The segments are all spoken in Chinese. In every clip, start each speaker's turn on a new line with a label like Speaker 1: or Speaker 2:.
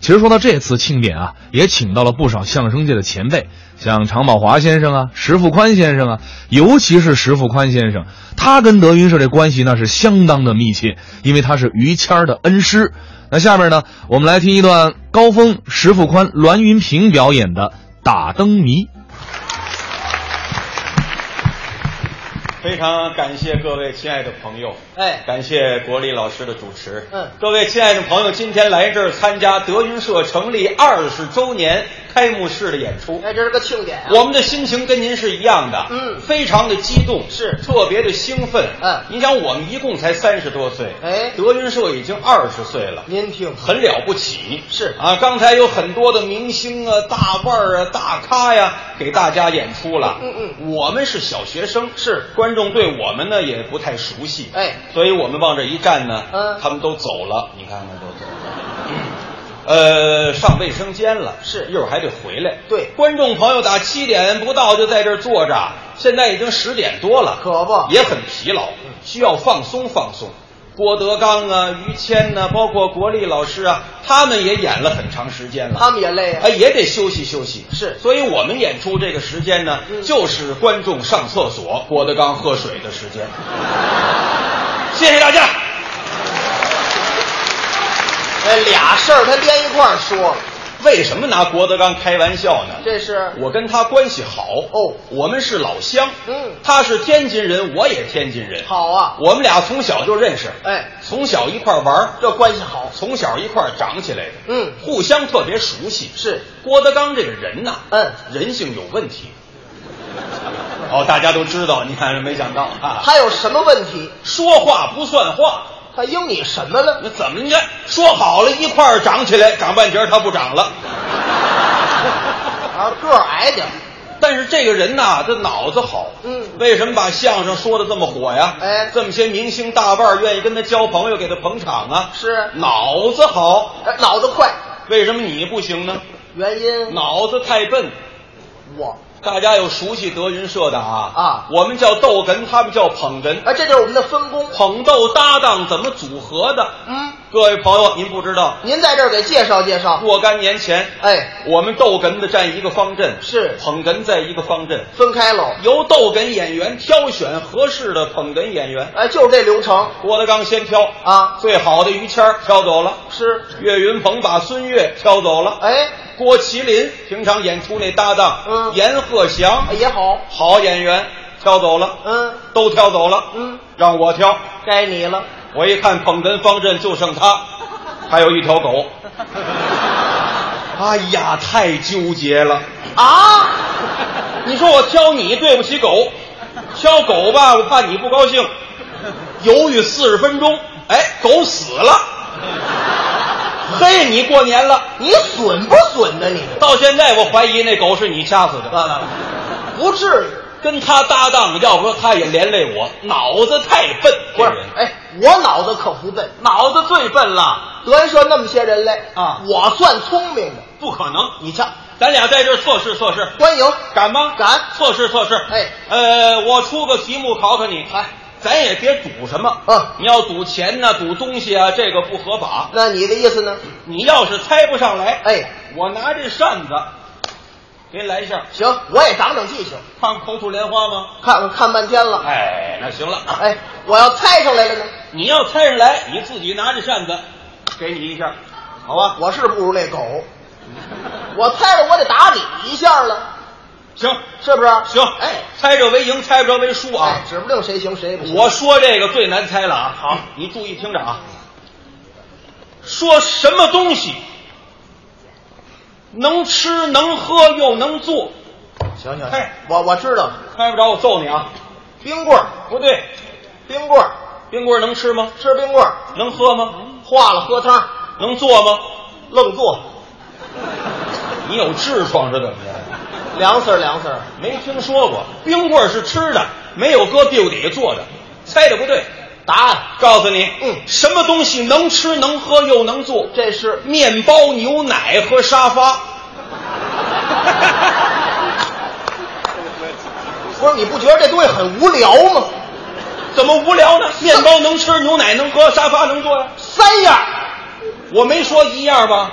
Speaker 1: 其实说到这次庆典啊，也请到了不少相声界的前辈，像常宝华先生啊、石富宽先生啊，尤其是石富宽先生，他跟德云社这关系那是相当的密切，因为他是于谦儿的恩师。那下面呢，我们来听一段高峰、石富宽、栾云平表演的《打灯谜》。
Speaker 2: 非常感谢各位亲爱的朋友，
Speaker 3: 哎
Speaker 2: 感谢国立老师的主持。
Speaker 3: 嗯
Speaker 2: 各位亲爱的朋友，今天来这儿参加德云社成立二十周年开幕式的演出，
Speaker 3: 哎，这是个庆典啊！
Speaker 2: 我们的心情跟您是一样的，
Speaker 3: 嗯
Speaker 2: 非常的激动，
Speaker 3: 是
Speaker 2: 特别的兴奋。
Speaker 3: 嗯
Speaker 2: 您想，我们一共才三十多岁，
Speaker 3: 哎
Speaker 2: 德云社已经二十岁了。
Speaker 3: 您听，
Speaker 2: 很了不起，
Speaker 3: 是
Speaker 2: 啊，刚才有很多的明星啊、大腕儿啊、大咖呀，给大家演出了。
Speaker 3: 嗯嗯
Speaker 2: 我们是小学生，是观众对我们呢也不太熟悉，
Speaker 3: 哎
Speaker 2: 所以我们往这一站呢，
Speaker 3: 嗯
Speaker 2: 他们都走了，你看看都走了。呃，上卫生间了，
Speaker 3: 是
Speaker 2: 一会儿还得回来。
Speaker 3: 对
Speaker 2: 观众朋友打七点不到就在这儿坐着，现在已经十点多了，
Speaker 3: 可不嗯
Speaker 2: 也很疲劳，需要放松放松。郭德纲啊、于谦呐、包括国立老师啊，他们也演了很长时间了，
Speaker 3: 他们也累啊
Speaker 2: 啊，也得休息休息。
Speaker 3: 是
Speaker 2: 所以我们演出这个时间呢，
Speaker 3: 嗯
Speaker 2: 就是观众上厕所、郭德纲喝水的时间。谢谢大家。
Speaker 3: 哎，俩事儿他连一块儿说了，
Speaker 2: 为什么拿郭德纲开玩笑呢？
Speaker 3: 这是
Speaker 2: 我跟他关系好
Speaker 3: 哦
Speaker 2: 我们是老乡。
Speaker 3: 嗯
Speaker 2: 他是天津人，我也天津人。，
Speaker 3: 好啊，
Speaker 2: 我们俩从小就认识，
Speaker 3: 哎，
Speaker 2: 从小一块儿玩儿，
Speaker 3: 这关系好，
Speaker 2: 从小一块儿长起来的，
Speaker 3: 嗯
Speaker 2: 互相特别熟悉。
Speaker 3: 是
Speaker 2: 郭德纲这个人呐，
Speaker 3: 嗯
Speaker 2: 人性有问题。 哦，大家都知道，你看没想到啊，
Speaker 3: 他有什么问题？
Speaker 2: 说话不算话，
Speaker 3: 他应你什么了？
Speaker 2: 那怎么着？说好了一块儿长起来，长半截儿他不长了。
Speaker 3: 啊，个儿矮点儿，
Speaker 2: 但是这个人呐，他脑子好，
Speaker 3: 嗯
Speaker 2: 为什么把相声说的这么火呀？
Speaker 3: 哎
Speaker 2: 这么些明星大腕儿愿意跟他交朋友，给他捧场啊？
Speaker 3: 是
Speaker 2: 脑子好，
Speaker 3: 哎脑子快，
Speaker 2: 为什么你不行呢？
Speaker 3: 原因
Speaker 2: 脑子太笨。
Speaker 3: 我，
Speaker 2: 大家有熟悉德云社的啊
Speaker 3: 啊
Speaker 2: 我们叫逗哏，他们叫捧哏，
Speaker 3: 哎，这就是我们的分工。
Speaker 2: 捧逗搭档怎么组合的？
Speaker 3: 嗯，
Speaker 2: 各位朋友，您不知道，
Speaker 3: 您在这儿给介绍介绍。
Speaker 2: 若干年前，
Speaker 3: 哎，
Speaker 2: 我们逗哏的站一个方阵，
Speaker 3: 是
Speaker 2: 捧哏在一个方阵，
Speaker 3: 分开喽。
Speaker 2: 由逗哏演员挑选合适的捧哏演员。
Speaker 3: 哎，就是这流程
Speaker 2: 郭德纲先挑，
Speaker 3: 啊。
Speaker 2: 最好的于谦儿挑走了，
Speaker 3: 是，
Speaker 2: 岳云鹏把孙越挑走了，
Speaker 3: 哎，
Speaker 2: 郭麒麟平常演出那搭档，
Speaker 3: 嗯
Speaker 2: 阎鹤祥
Speaker 3: 哎也好，
Speaker 2: 好演员挑走了，
Speaker 3: 嗯
Speaker 2: 都挑走了，
Speaker 3: 嗯，
Speaker 2: 让我挑。
Speaker 3: 该你了。
Speaker 2: 我一看捧哏方阵就剩他，还有一条 狗。哎呀，太纠结了！
Speaker 3: 啊，
Speaker 2: 你说我挑你对不起狗，挑狗吧，我怕你不高兴。犹豫四十分钟，哎，狗死了。嘿，你过年了，
Speaker 3: 你损不损呢你？啊
Speaker 2: 到现在我怀疑那狗是你掐死的。
Speaker 3: 不至于。
Speaker 2: 跟他搭档，要不说他也连累我，脑子太笨。
Speaker 3: 不是
Speaker 2: 这人，
Speaker 3: 哎，我脑子可不笨，
Speaker 2: 脑子最笨了，
Speaker 3: 德云社那么些人类
Speaker 2: 啊
Speaker 3: 我算聪明的。
Speaker 2: 不可能。
Speaker 3: 你瞧，
Speaker 2: 咱俩在这儿测试测试，
Speaker 3: 欢迎，
Speaker 2: 敢吗？
Speaker 3: 敢
Speaker 2: 测试测试。
Speaker 3: 哎
Speaker 2: 呃，我出个题目考考你，
Speaker 3: 哎，
Speaker 2: 咱也别赌什么。
Speaker 3: 嗯
Speaker 2: 你要赌钱呐、赌东西啊，这个不合法。
Speaker 3: 那你的意思呢？
Speaker 2: 你要是猜不上来，，
Speaker 3: 哎，
Speaker 2: 我拿这扇子给你来一下，
Speaker 3: 行，我也长长记性，
Speaker 2: 看口吐莲花吗？
Speaker 3: 看看看半天了。
Speaker 2: 哎，那行了。，
Speaker 3: 哎，我要猜上来了呢，
Speaker 2: 你要猜上来，你自己拿着扇子给你一下，好吧？
Speaker 3: 我是不如那狗，我猜了我得打你一下了，
Speaker 2: 行
Speaker 3: 是不是？
Speaker 2: 行，
Speaker 3: 哎，
Speaker 2: 猜着为赢，猜不着为输啊。
Speaker 3: 哎，指不定谁行谁不行。
Speaker 2: 我说这个最难猜了啊！好，
Speaker 3: 嗯
Speaker 2: 你注意听着啊。说什么东西能吃能喝又能做？
Speaker 3: 行行行
Speaker 2: 哎，
Speaker 3: 我我知道了，
Speaker 2: 猜不着我揍你啊！
Speaker 3: 冰棍儿，
Speaker 2: 不对，
Speaker 3: 冰棍儿，
Speaker 2: 冰棍儿能吃吗？
Speaker 3: 吃冰棍儿，
Speaker 2: 能喝吗？
Speaker 3: 化了喝汤，
Speaker 2: 能做吗？
Speaker 3: 愣坐，
Speaker 2: 你有痔疮是怎么的？
Speaker 3: 凉丝儿凉丝儿。
Speaker 2: 没听说过，冰棍儿是吃的，没有搁屁股底下做的。猜的不对，
Speaker 3: 答案，
Speaker 2: 告诉你，
Speaker 3: 嗯
Speaker 2: 什么东西能吃能喝又能做？
Speaker 3: 这是
Speaker 2: 面包、牛奶和沙发。
Speaker 3: 不是你不觉得这东西很无聊吗？
Speaker 2: 怎么无聊呢？面包能吃，牛奶能喝，沙发能坐呀。
Speaker 3: 三样，
Speaker 2: 我没说一样吧？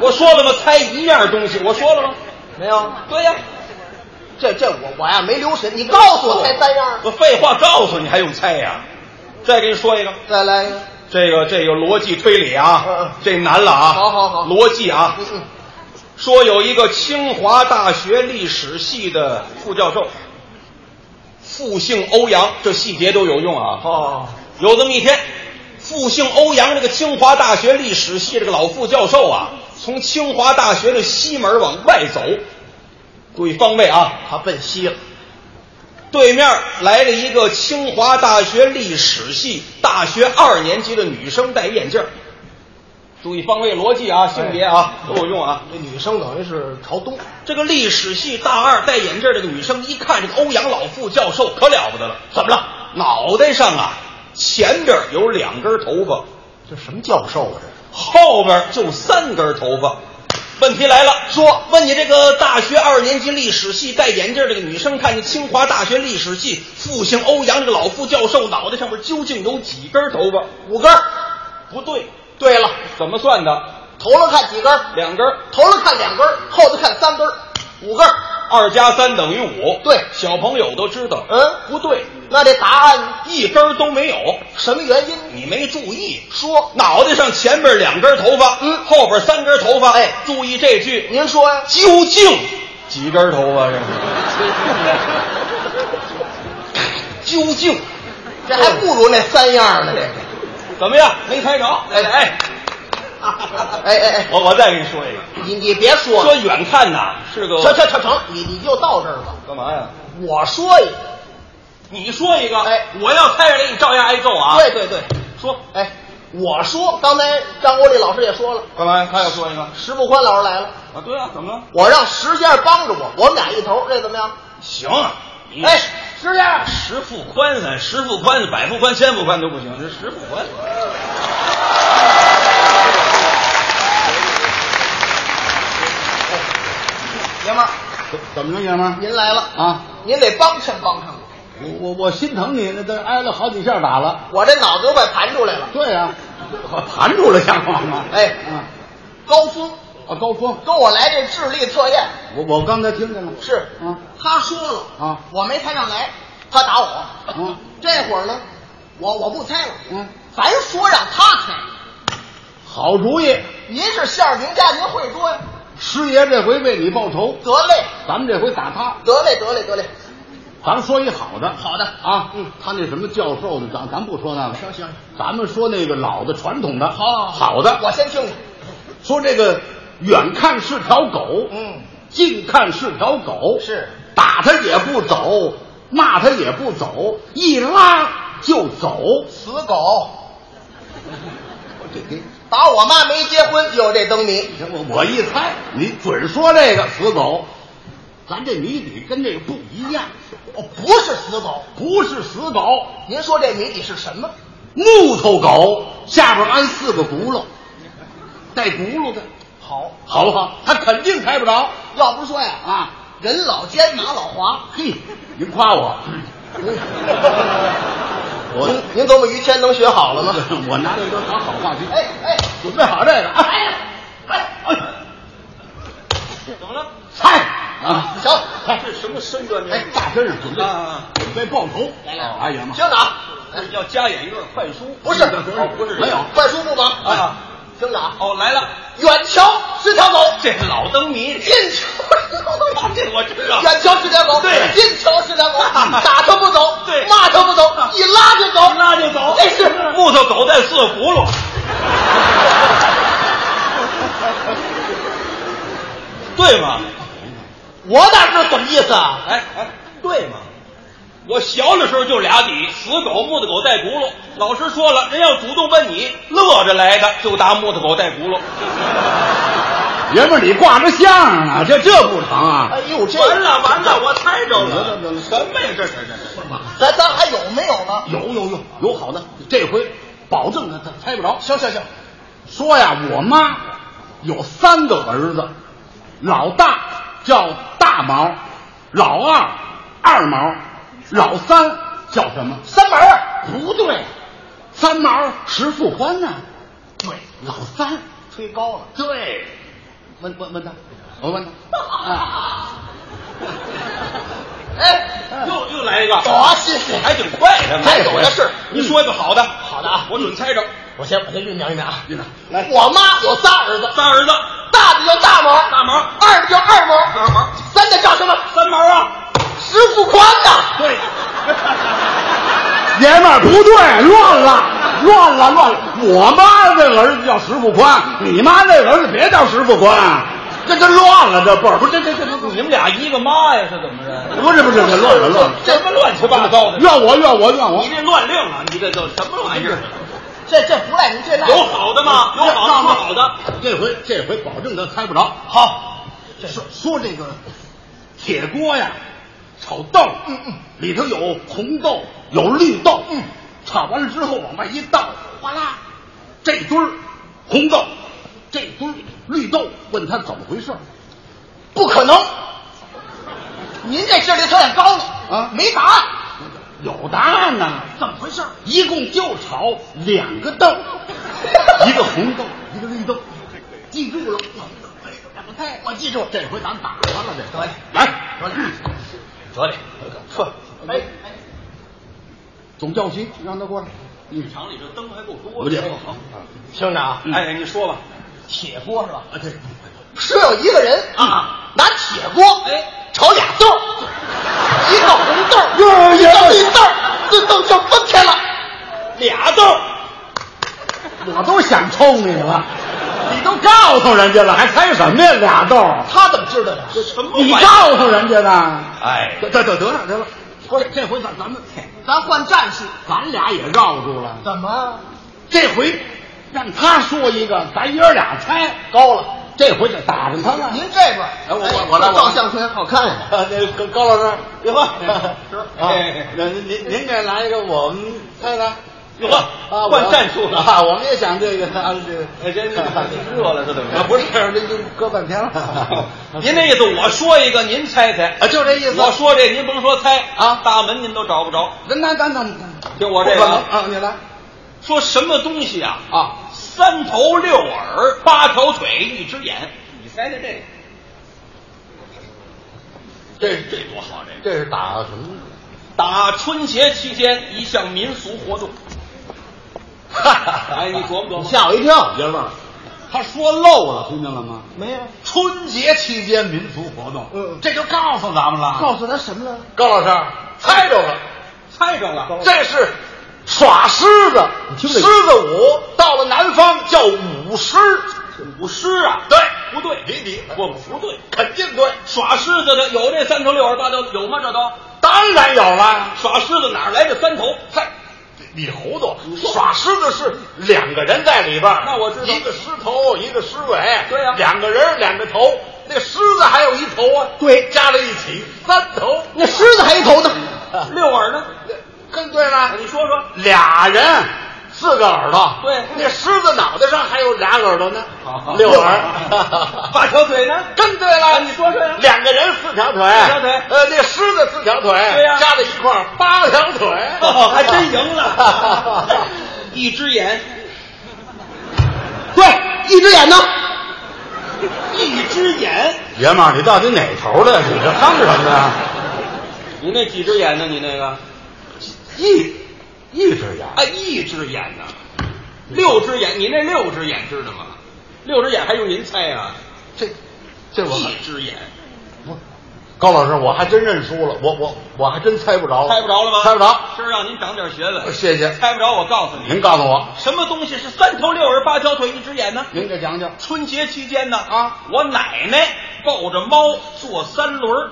Speaker 2: 我说了吗？猜一样东西，我说了吗？
Speaker 3: 没有，
Speaker 2: 对呀、
Speaker 3: 这这我我呀没留神，你告诉我猜三样，
Speaker 2: 我废话告诉你还用猜呀、再给你说一个，
Speaker 3: 再来一个。
Speaker 2: 这个这有逻辑推理
Speaker 3: 嗯嗯
Speaker 2: 啊，这难了啊。
Speaker 3: 好好好
Speaker 2: 逻辑啊，
Speaker 3: 嗯嗯，
Speaker 2: 说有一个清华大学历史系的副教授，复姓欧阳，这细节都有用啊。
Speaker 3: 哦，
Speaker 2: 有这么一天，复姓欧阳这个清华大学历史系这个老副教授啊，从清华大学的西门往外走，注意方位啊，
Speaker 3: 他奔西了。
Speaker 2: 对面来了一个清华大学历史系大学二年级的女生，戴眼镜儿。注意方位逻辑啊，性别啊
Speaker 3: 哎
Speaker 2: 都有用啊。
Speaker 3: 这女生等于是朝东，
Speaker 2: 这个历史系大二戴眼镜儿这个女生一看这个欧阳老副教授，可了不得了。怎么了？脑袋上啊，前边有两根头发，
Speaker 3: 这什么教授啊？这
Speaker 2: 后边就三根头发。问题来了，说问你这个大学二年级历史系戴眼镜儿这个女生，看见清华大学历史系复姓欧阳这个老副教授脑袋上面究竟有几根头发？
Speaker 3: 五根儿。
Speaker 2: 不对，
Speaker 3: 对了，
Speaker 2: 怎么算的？
Speaker 3: 头了看几根儿？
Speaker 2: 两根儿，
Speaker 3: 头了看两根儿，后头看三根儿，五根儿。
Speaker 2: 二加三等于五。
Speaker 3: 对
Speaker 2: 小朋友都知道，
Speaker 3: 嗯
Speaker 2: 不对，
Speaker 3: 那这答案
Speaker 2: 一根儿都没有，
Speaker 3: 什么原因？
Speaker 2: 你没注意。
Speaker 3: 说，
Speaker 2: 脑袋上前边两根头发，
Speaker 3: 嗯
Speaker 2: 后边三根头发。
Speaker 3: 哎
Speaker 2: 注意这句，
Speaker 3: 您说呀？
Speaker 2: 究竟几根头发是？ 究竟
Speaker 3: 这还不如那三样呢。这 个，
Speaker 2: 怎么样？没猜着？哎哎，
Speaker 3: 哎哎
Speaker 2: 我我再给你说一个，
Speaker 3: 哎，你你别说
Speaker 2: 说
Speaker 3: 了，
Speaker 2: 远看呐是个
Speaker 3: 成成成成，你你就到这儿吧。
Speaker 2: 干嘛呀？
Speaker 3: 我说一个，
Speaker 2: 你说一个，
Speaker 3: 哎
Speaker 2: 我要猜着你照样挨揍啊！
Speaker 3: 对，对对，
Speaker 2: 说
Speaker 3: 哎，我说，刚才张国立老师也说了，
Speaker 2: 干嘛呀？他要说一个
Speaker 3: 石富宽老师来了，
Speaker 2: 啊？对啊，怎么了？
Speaker 3: 我让石先生帮着我，我们俩一头，这怎么样？
Speaker 2: 行，啊你
Speaker 3: 哎，石先生，
Speaker 2: 十副宽咱十副宽、百副宽、千副宽都不行，这十副宽。
Speaker 3: 爷们儿，
Speaker 4: 怎么了，爷们儿？
Speaker 3: 您来了
Speaker 4: 啊！
Speaker 3: 您得帮衬帮衬我，
Speaker 4: 我我我心疼你，那都挨了好几下打了。
Speaker 3: 我这脑子都快盘出来了。
Speaker 4: 对呀、我盘住了，像话吗？
Speaker 3: 哎
Speaker 4: 啊
Speaker 3: 高峰
Speaker 4: 啊，高峰，
Speaker 3: 跟我来这智力测验，
Speaker 4: 我我刚才听见了。
Speaker 3: 是
Speaker 4: 啊
Speaker 3: 他说了
Speaker 4: 啊
Speaker 3: 我没猜上来，他打我。
Speaker 4: 嗯
Speaker 3: 这会儿呢，我我不猜了，
Speaker 4: 嗯，
Speaker 3: 咱说让他猜。
Speaker 4: 好主意，
Speaker 3: 您是相声名家，您会说呀？
Speaker 4: 师爷这回为你报仇，
Speaker 3: 得嘞，
Speaker 4: 咱们这回打他。
Speaker 3: 得嘞，得嘞，得嘞。
Speaker 4: 咱们说一好的，
Speaker 3: 好的
Speaker 4: 啊，
Speaker 3: 嗯，
Speaker 4: 他那什么教授的，咱咱不说那个，
Speaker 3: 行行行
Speaker 4: 咱们说那个老的传统的，
Speaker 3: 好
Speaker 4: 好的，
Speaker 3: 我先听听。
Speaker 4: 说这个远看是条狗，
Speaker 3: 嗯，
Speaker 4: 近看是条狗，
Speaker 3: 是
Speaker 4: 打它也不走，骂它也不走，一拉就走。
Speaker 3: 死 狗，打我妈没结婚就有这灯谜
Speaker 4: 你，看我我一猜，你准说这个死狗，咱这谜底跟这个不一样，
Speaker 3: 我哦不是死狗。
Speaker 4: 不是死狗，
Speaker 3: 您说这谜底是什么？
Speaker 4: 木头狗下边安四个轱辘，带轱辘的，
Speaker 3: 好，
Speaker 4: 好不好？他肯定猜不着
Speaker 3: 要不说呀，
Speaker 4: 啊！
Speaker 3: 人老奸马老滑。
Speaker 4: 嘿，您夸 我，我
Speaker 3: 您您琢磨于谦能学好了吗？
Speaker 4: 我拿这都当好话题。
Speaker 3: 哎哎，
Speaker 4: 准备好这个啊！哎哎，
Speaker 2: 怎么了？
Speaker 4: 嗨啊，
Speaker 3: 行，
Speaker 4: 嗨，
Speaker 2: 这什么身段
Speaker 4: 哎，大身上准备
Speaker 2: 啊啊
Speaker 4: 准备爆头，哎呀妈，
Speaker 3: 听着啊，
Speaker 2: 要加演一段快书。
Speaker 3: 不是
Speaker 4: 哦不是没有
Speaker 3: 快书不忙
Speaker 2: 啊，
Speaker 3: 听着啊，
Speaker 2: 哦，来了，
Speaker 3: 远瞧是条狗，
Speaker 2: 这是老灯谜。
Speaker 3: 近瞧是条狗，
Speaker 2: 这我知道
Speaker 3: 远瞧是条狗，
Speaker 2: 对
Speaker 3: 近瞧是条狗，打它不走，
Speaker 2: 对啊
Speaker 3: 骂它不走，一拉就走，
Speaker 2: 拉就走，
Speaker 3: 这是
Speaker 2: 木头狗带四个轱 辘。对吗？
Speaker 3: 我哪知道什么意思啊？
Speaker 2: 哎哎，对吗？我小的时候就俩底，死狗、木头狗带轱辘。老师说了，人要主动问你，乐着来的就答木头狗带轱辘。
Speaker 4: 爷们儿你挂着相呢，这这不成啊
Speaker 3: 哎！呦，这
Speaker 2: 完了完了，我猜着了
Speaker 4: 得了得，了
Speaker 2: 什么呀？这是这是。
Speaker 3: 咱咱还有没有呢？
Speaker 4: 有有有有好的，这回保证他他猜不着。
Speaker 3: 行行行，
Speaker 4: 说呀，我妈有三个儿子，老大叫大毛，老二二毛，老三叫什么？
Speaker 3: 三门儿
Speaker 4: 不对，三毛石富宽呢、
Speaker 3: 对，
Speaker 4: 老三
Speaker 3: 推高了。
Speaker 4: 对，问问问他，我问他，啊，
Speaker 3: 哎，
Speaker 2: 又又来一个，
Speaker 3: 有啊，谢谢。
Speaker 2: 还挺快的，
Speaker 3: 还有的是
Speaker 2: 你说一个好的，好
Speaker 3: 的啊
Speaker 2: 我准猜着，
Speaker 3: 我先我先酝酿酝酿啊。
Speaker 4: 院长，
Speaker 3: 来，我妈有仨儿子，
Speaker 2: 仨儿子，
Speaker 3: 大的叫大毛，
Speaker 2: 大毛
Speaker 3: 二的叫二毛，
Speaker 2: 二毛，
Speaker 3: 三的叫什么？
Speaker 2: 三毛啊，
Speaker 3: 石富宽呐。
Speaker 2: 对，
Speaker 4: 爷们儿不对，乱了，乱了，乱了。我妈这个儿子叫石富宽，你妈这个儿子别叫石富宽，这这乱了，这辈儿不是这这这这
Speaker 2: 你们俩一个妈呀，是怎么着？
Speaker 4: 不是不是这乱了乱了，
Speaker 2: 这什么乱七八糟的？
Speaker 4: 怨我怨我怨我
Speaker 2: 你。这乱令啊，你这都什么玩意儿？
Speaker 3: 这这不赖您，这赖
Speaker 2: 有好的吗？有好的，不好的。
Speaker 4: 这回这回保证他猜不着。
Speaker 3: 好，这
Speaker 4: 说说这个铁锅呀，炒豆，嗯嗯，里头有红豆，有绿豆，嗯，炒完了之后往外一倒，哗啦，这堆儿红豆，这堆儿绿豆，问他怎么回事儿
Speaker 3: 不可能。您这智力有点高呢
Speaker 4: 啊
Speaker 3: 没答案，
Speaker 4: 有答案呢，
Speaker 3: 怎么回事？
Speaker 4: 一共就炒两个豆，一个红豆，一个绿豆，记住了。
Speaker 3: 怎么猜？我记住，
Speaker 4: 这回咱打发了这
Speaker 3: 得嘞，
Speaker 4: 来，
Speaker 3: 得嘞，呵，哎哎，
Speaker 4: 总教习让他过来。嗯，
Speaker 2: 厂里这灯还够多
Speaker 4: 我
Speaker 2: 的
Speaker 4: 这
Speaker 2: 好
Speaker 3: 听着啊，
Speaker 2: 哎，你说吧，
Speaker 3: 铁锅是吧？
Speaker 4: 啊，对，
Speaker 3: 是有一个人
Speaker 2: 啊，
Speaker 3: 拿铁锅
Speaker 2: 哎
Speaker 3: 炒俩豆儿，一个红豆儿，
Speaker 4: 哟
Speaker 3: 一
Speaker 4: 爷
Speaker 3: 个
Speaker 4: 们儿
Speaker 3: 绿豆儿，这豆就分开了。
Speaker 2: 俩豆儿，
Speaker 4: 我都想冲你了，你都告诉人家了，还猜什么呀？俩豆儿，
Speaker 3: 他怎么知道的？
Speaker 2: 什么玩
Speaker 4: 你
Speaker 2: 意儿？
Speaker 4: 告诉人家的。
Speaker 2: 哎
Speaker 4: 得得得得了得了，不是这回咱咱们
Speaker 3: 咱换战术，
Speaker 4: 咱俩也绕住了，
Speaker 3: 怎么
Speaker 4: 这回让他说一个，咱爷儿俩猜，
Speaker 3: 高了？
Speaker 4: 这回就打上他了。呃
Speaker 3: 您这边儿，
Speaker 4: 哎我我我来
Speaker 3: 这
Speaker 4: 我
Speaker 3: 照
Speaker 4: 来
Speaker 3: 相很好看呀。
Speaker 5: 啊，那高高老师，别慌，
Speaker 4: 哎 是
Speaker 5: 啊，那您您您给来一个我们猜猜
Speaker 2: 哟呵
Speaker 5: 啊，我
Speaker 2: 换战术了
Speaker 5: 啊，我们也想这个啊，这个
Speaker 2: 哎， 这这把您热了是怎么
Speaker 5: 啊
Speaker 2: 着？
Speaker 5: 不是，这就搁半天了，
Speaker 2: 您那意思，我说一个，您猜猜。
Speaker 5: 啊，就这意思。
Speaker 2: 我说这您甭说猜
Speaker 5: 啊
Speaker 2: 大门您都找不着。
Speaker 5: 那那那那，
Speaker 2: 听我这个
Speaker 5: 不可能啊，你来
Speaker 2: 说什么东西啊？
Speaker 5: 啊，
Speaker 2: 三头六耳，八条腿，一只眼。你猜猜这个，
Speaker 5: 这
Speaker 2: 这多好！啊这个
Speaker 5: 这是打什么？
Speaker 2: 打春节期间一项民俗活动。哎，你琢磨琢磨。
Speaker 5: 吓我一跳，爷们儿，
Speaker 4: 他说漏了，听见了吗？
Speaker 5: 没
Speaker 3: 啊
Speaker 5: 有？
Speaker 4: 春节期间民俗活动，
Speaker 5: 嗯
Speaker 4: 这就告诉咱们了。
Speaker 3: 告诉他什么了？
Speaker 5: 高老师猜着了，
Speaker 2: 猜着了，
Speaker 5: 这是耍狮子，狮子舞到了南方叫舞狮，
Speaker 2: 舞狮啊？
Speaker 5: 对，
Speaker 2: 不对，
Speaker 5: 你你
Speaker 2: 我不对。
Speaker 5: 肯定对，
Speaker 2: 耍狮子的有这三头六耳八条，有吗？这 都
Speaker 5: 当然有了。
Speaker 2: 耍狮子哪儿来的三头？
Speaker 5: 嗨，你糊涂，耍狮子是两个人在里边儿，
Speaker 2: 那我知道
Speaker 5: 一个狮头，一个狮尾，
Speaker 2: 对啊呀
Speaker 5: 两个人两个头，那狮子还有一头啊，
Speaker 3: 对
Speaker 5: 加在一起三头，
Speaker 3: 那狮子还一头呢，
Speaker 2: 六耳呢？
Speaker 5: 更对了，
Speaker 2: 你说说。
Speaker 5: 俩人四个耳朵，
Speaker 2: 对
Speaker 5: 那狮子脑袋上还有俩耳朵呢
Speaker 2: 好，
Speaker 5: 六 耳，
Speaker 2: 八条腿呢？
Speaker 5: 更对了，
Speaker 2: 你说说呀
Speaker 5: 两个人四条腿，
Speaker 2: 四条腿
Speaker 5: 呃，那狮子四条腿，
Speaker 2: 对呀
Speaker 5: 加在一块儿八条腿，
Speaker 2: 哦，还真赢 了。 一只眼，
Speaker 3: 对，一只眼呢？
Speaker 2: 一只眼。
Speaker 5: 爷们儿，你到底哪头的？你这夯什么呀？
Speaker 2: 你那几只眼呢？你那个？
Speaker 5: 一一只眼，
Speaker 2: 啊，一只眼呢？六只眼，你那六只眼知道吗？六只眼还用您猜啊？
Speaker 5: 这这我
Speaker 2: 一只眼，
Speaker 5: 高老师，我还真认输了，我我我还真猜不着，
Speaker 2: 猜不着了吗？呃哎
Speaker 5: 猜不着，
Speaker 2: 今儿让您长点学问。
Speaker 5: 谢谢
Speaker 2: 猜不着，我告诉你，
Speaker 5: 您告诉我，
Speaker 2: 什么东西是三头六耳、八条腿、一只眼呢？
Speaker 5: 您给讲讲
Speaker 2: 春节期间呢，
Speaker 5: 啊，
Speaker 2: 我奶奶抱着猫坐三轮儿，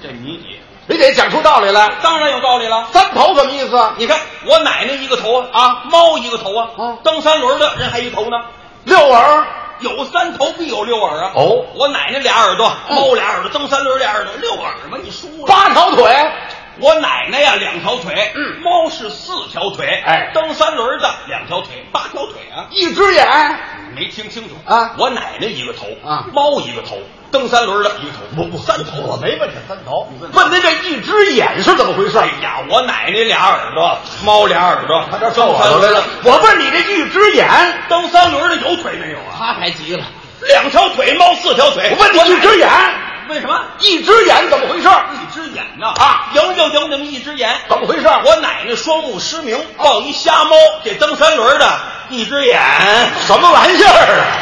Speaker 2: 这谜底
Speaker 5: 你得讲出道理来。
Speaker 2: 当然有道理了。
Speaker 5: 三头什么意思啊？
Speaker 2: 你看我奶奶一个头啊，啊，猫一个头啊，
Speaker 5: 嗯
Speaker 2: 蹬三轮的人还一头呢，
Speaker 5: 六耳
Speaker 2: 有三头必有六耳啊。
Speaker 5: 哦
Speaker 2: 我奶奶俩耳朵，猫俩耳朵，蹬三轮俩耳朵，六耳嘛，你输了。
Speaker 5: 八条腿，
Speaker 2: 我奶奶呀两条腿，
Speaker 4: 嗯
Speaker 2: 猫是四条腿，
Speaker 4: 哎
Speaker 2: 蹬三轮的两条腿，八条腿啊，
Speaker 4: 一只眼，
Speaker 2: 没听清楚
Speaker 4: 啊
Speaker 2: 我奶奶一个头
Speaker 4: 啊
Speaker 2: 猫一个头，蹬三轮的一个头，我我三头，
Speaker 5: 我没问这三头，
Speaker 4: 问您这一只眼是怎么回事？
Speaker 2: 哎呀，我奶奶俩耳朵，猫俩耳朵，
Speaker 5: 他这儿上我
Speaker 2: 蹬三
Speaker 5: 这
Speaker 2: 轮
Speaker 5: 来
Speaker 2: 的
Speaker 5: 了，哎
Speaker 4: 我问你这一只眼，
Speaker 2: 蹬三轮的有腿没有啊？
Speaker 3: 他才急了，
Speaker 2: 两条腿，猫四条腿。
Speaker 4: 我问你一只眼，
Speaker 2: 为什么？
Speaker 4: 一只眼怎么回事？
Speaker 2: 一只眼呐啊，莹莹莹莹一只眼，
Speaker 4: 怎么回事？
Speaker 2: 我奶奶双目失明，抱一瞎猫，这蹬三轮的一只眼，
Speaker 4: 什么玩意儿啊？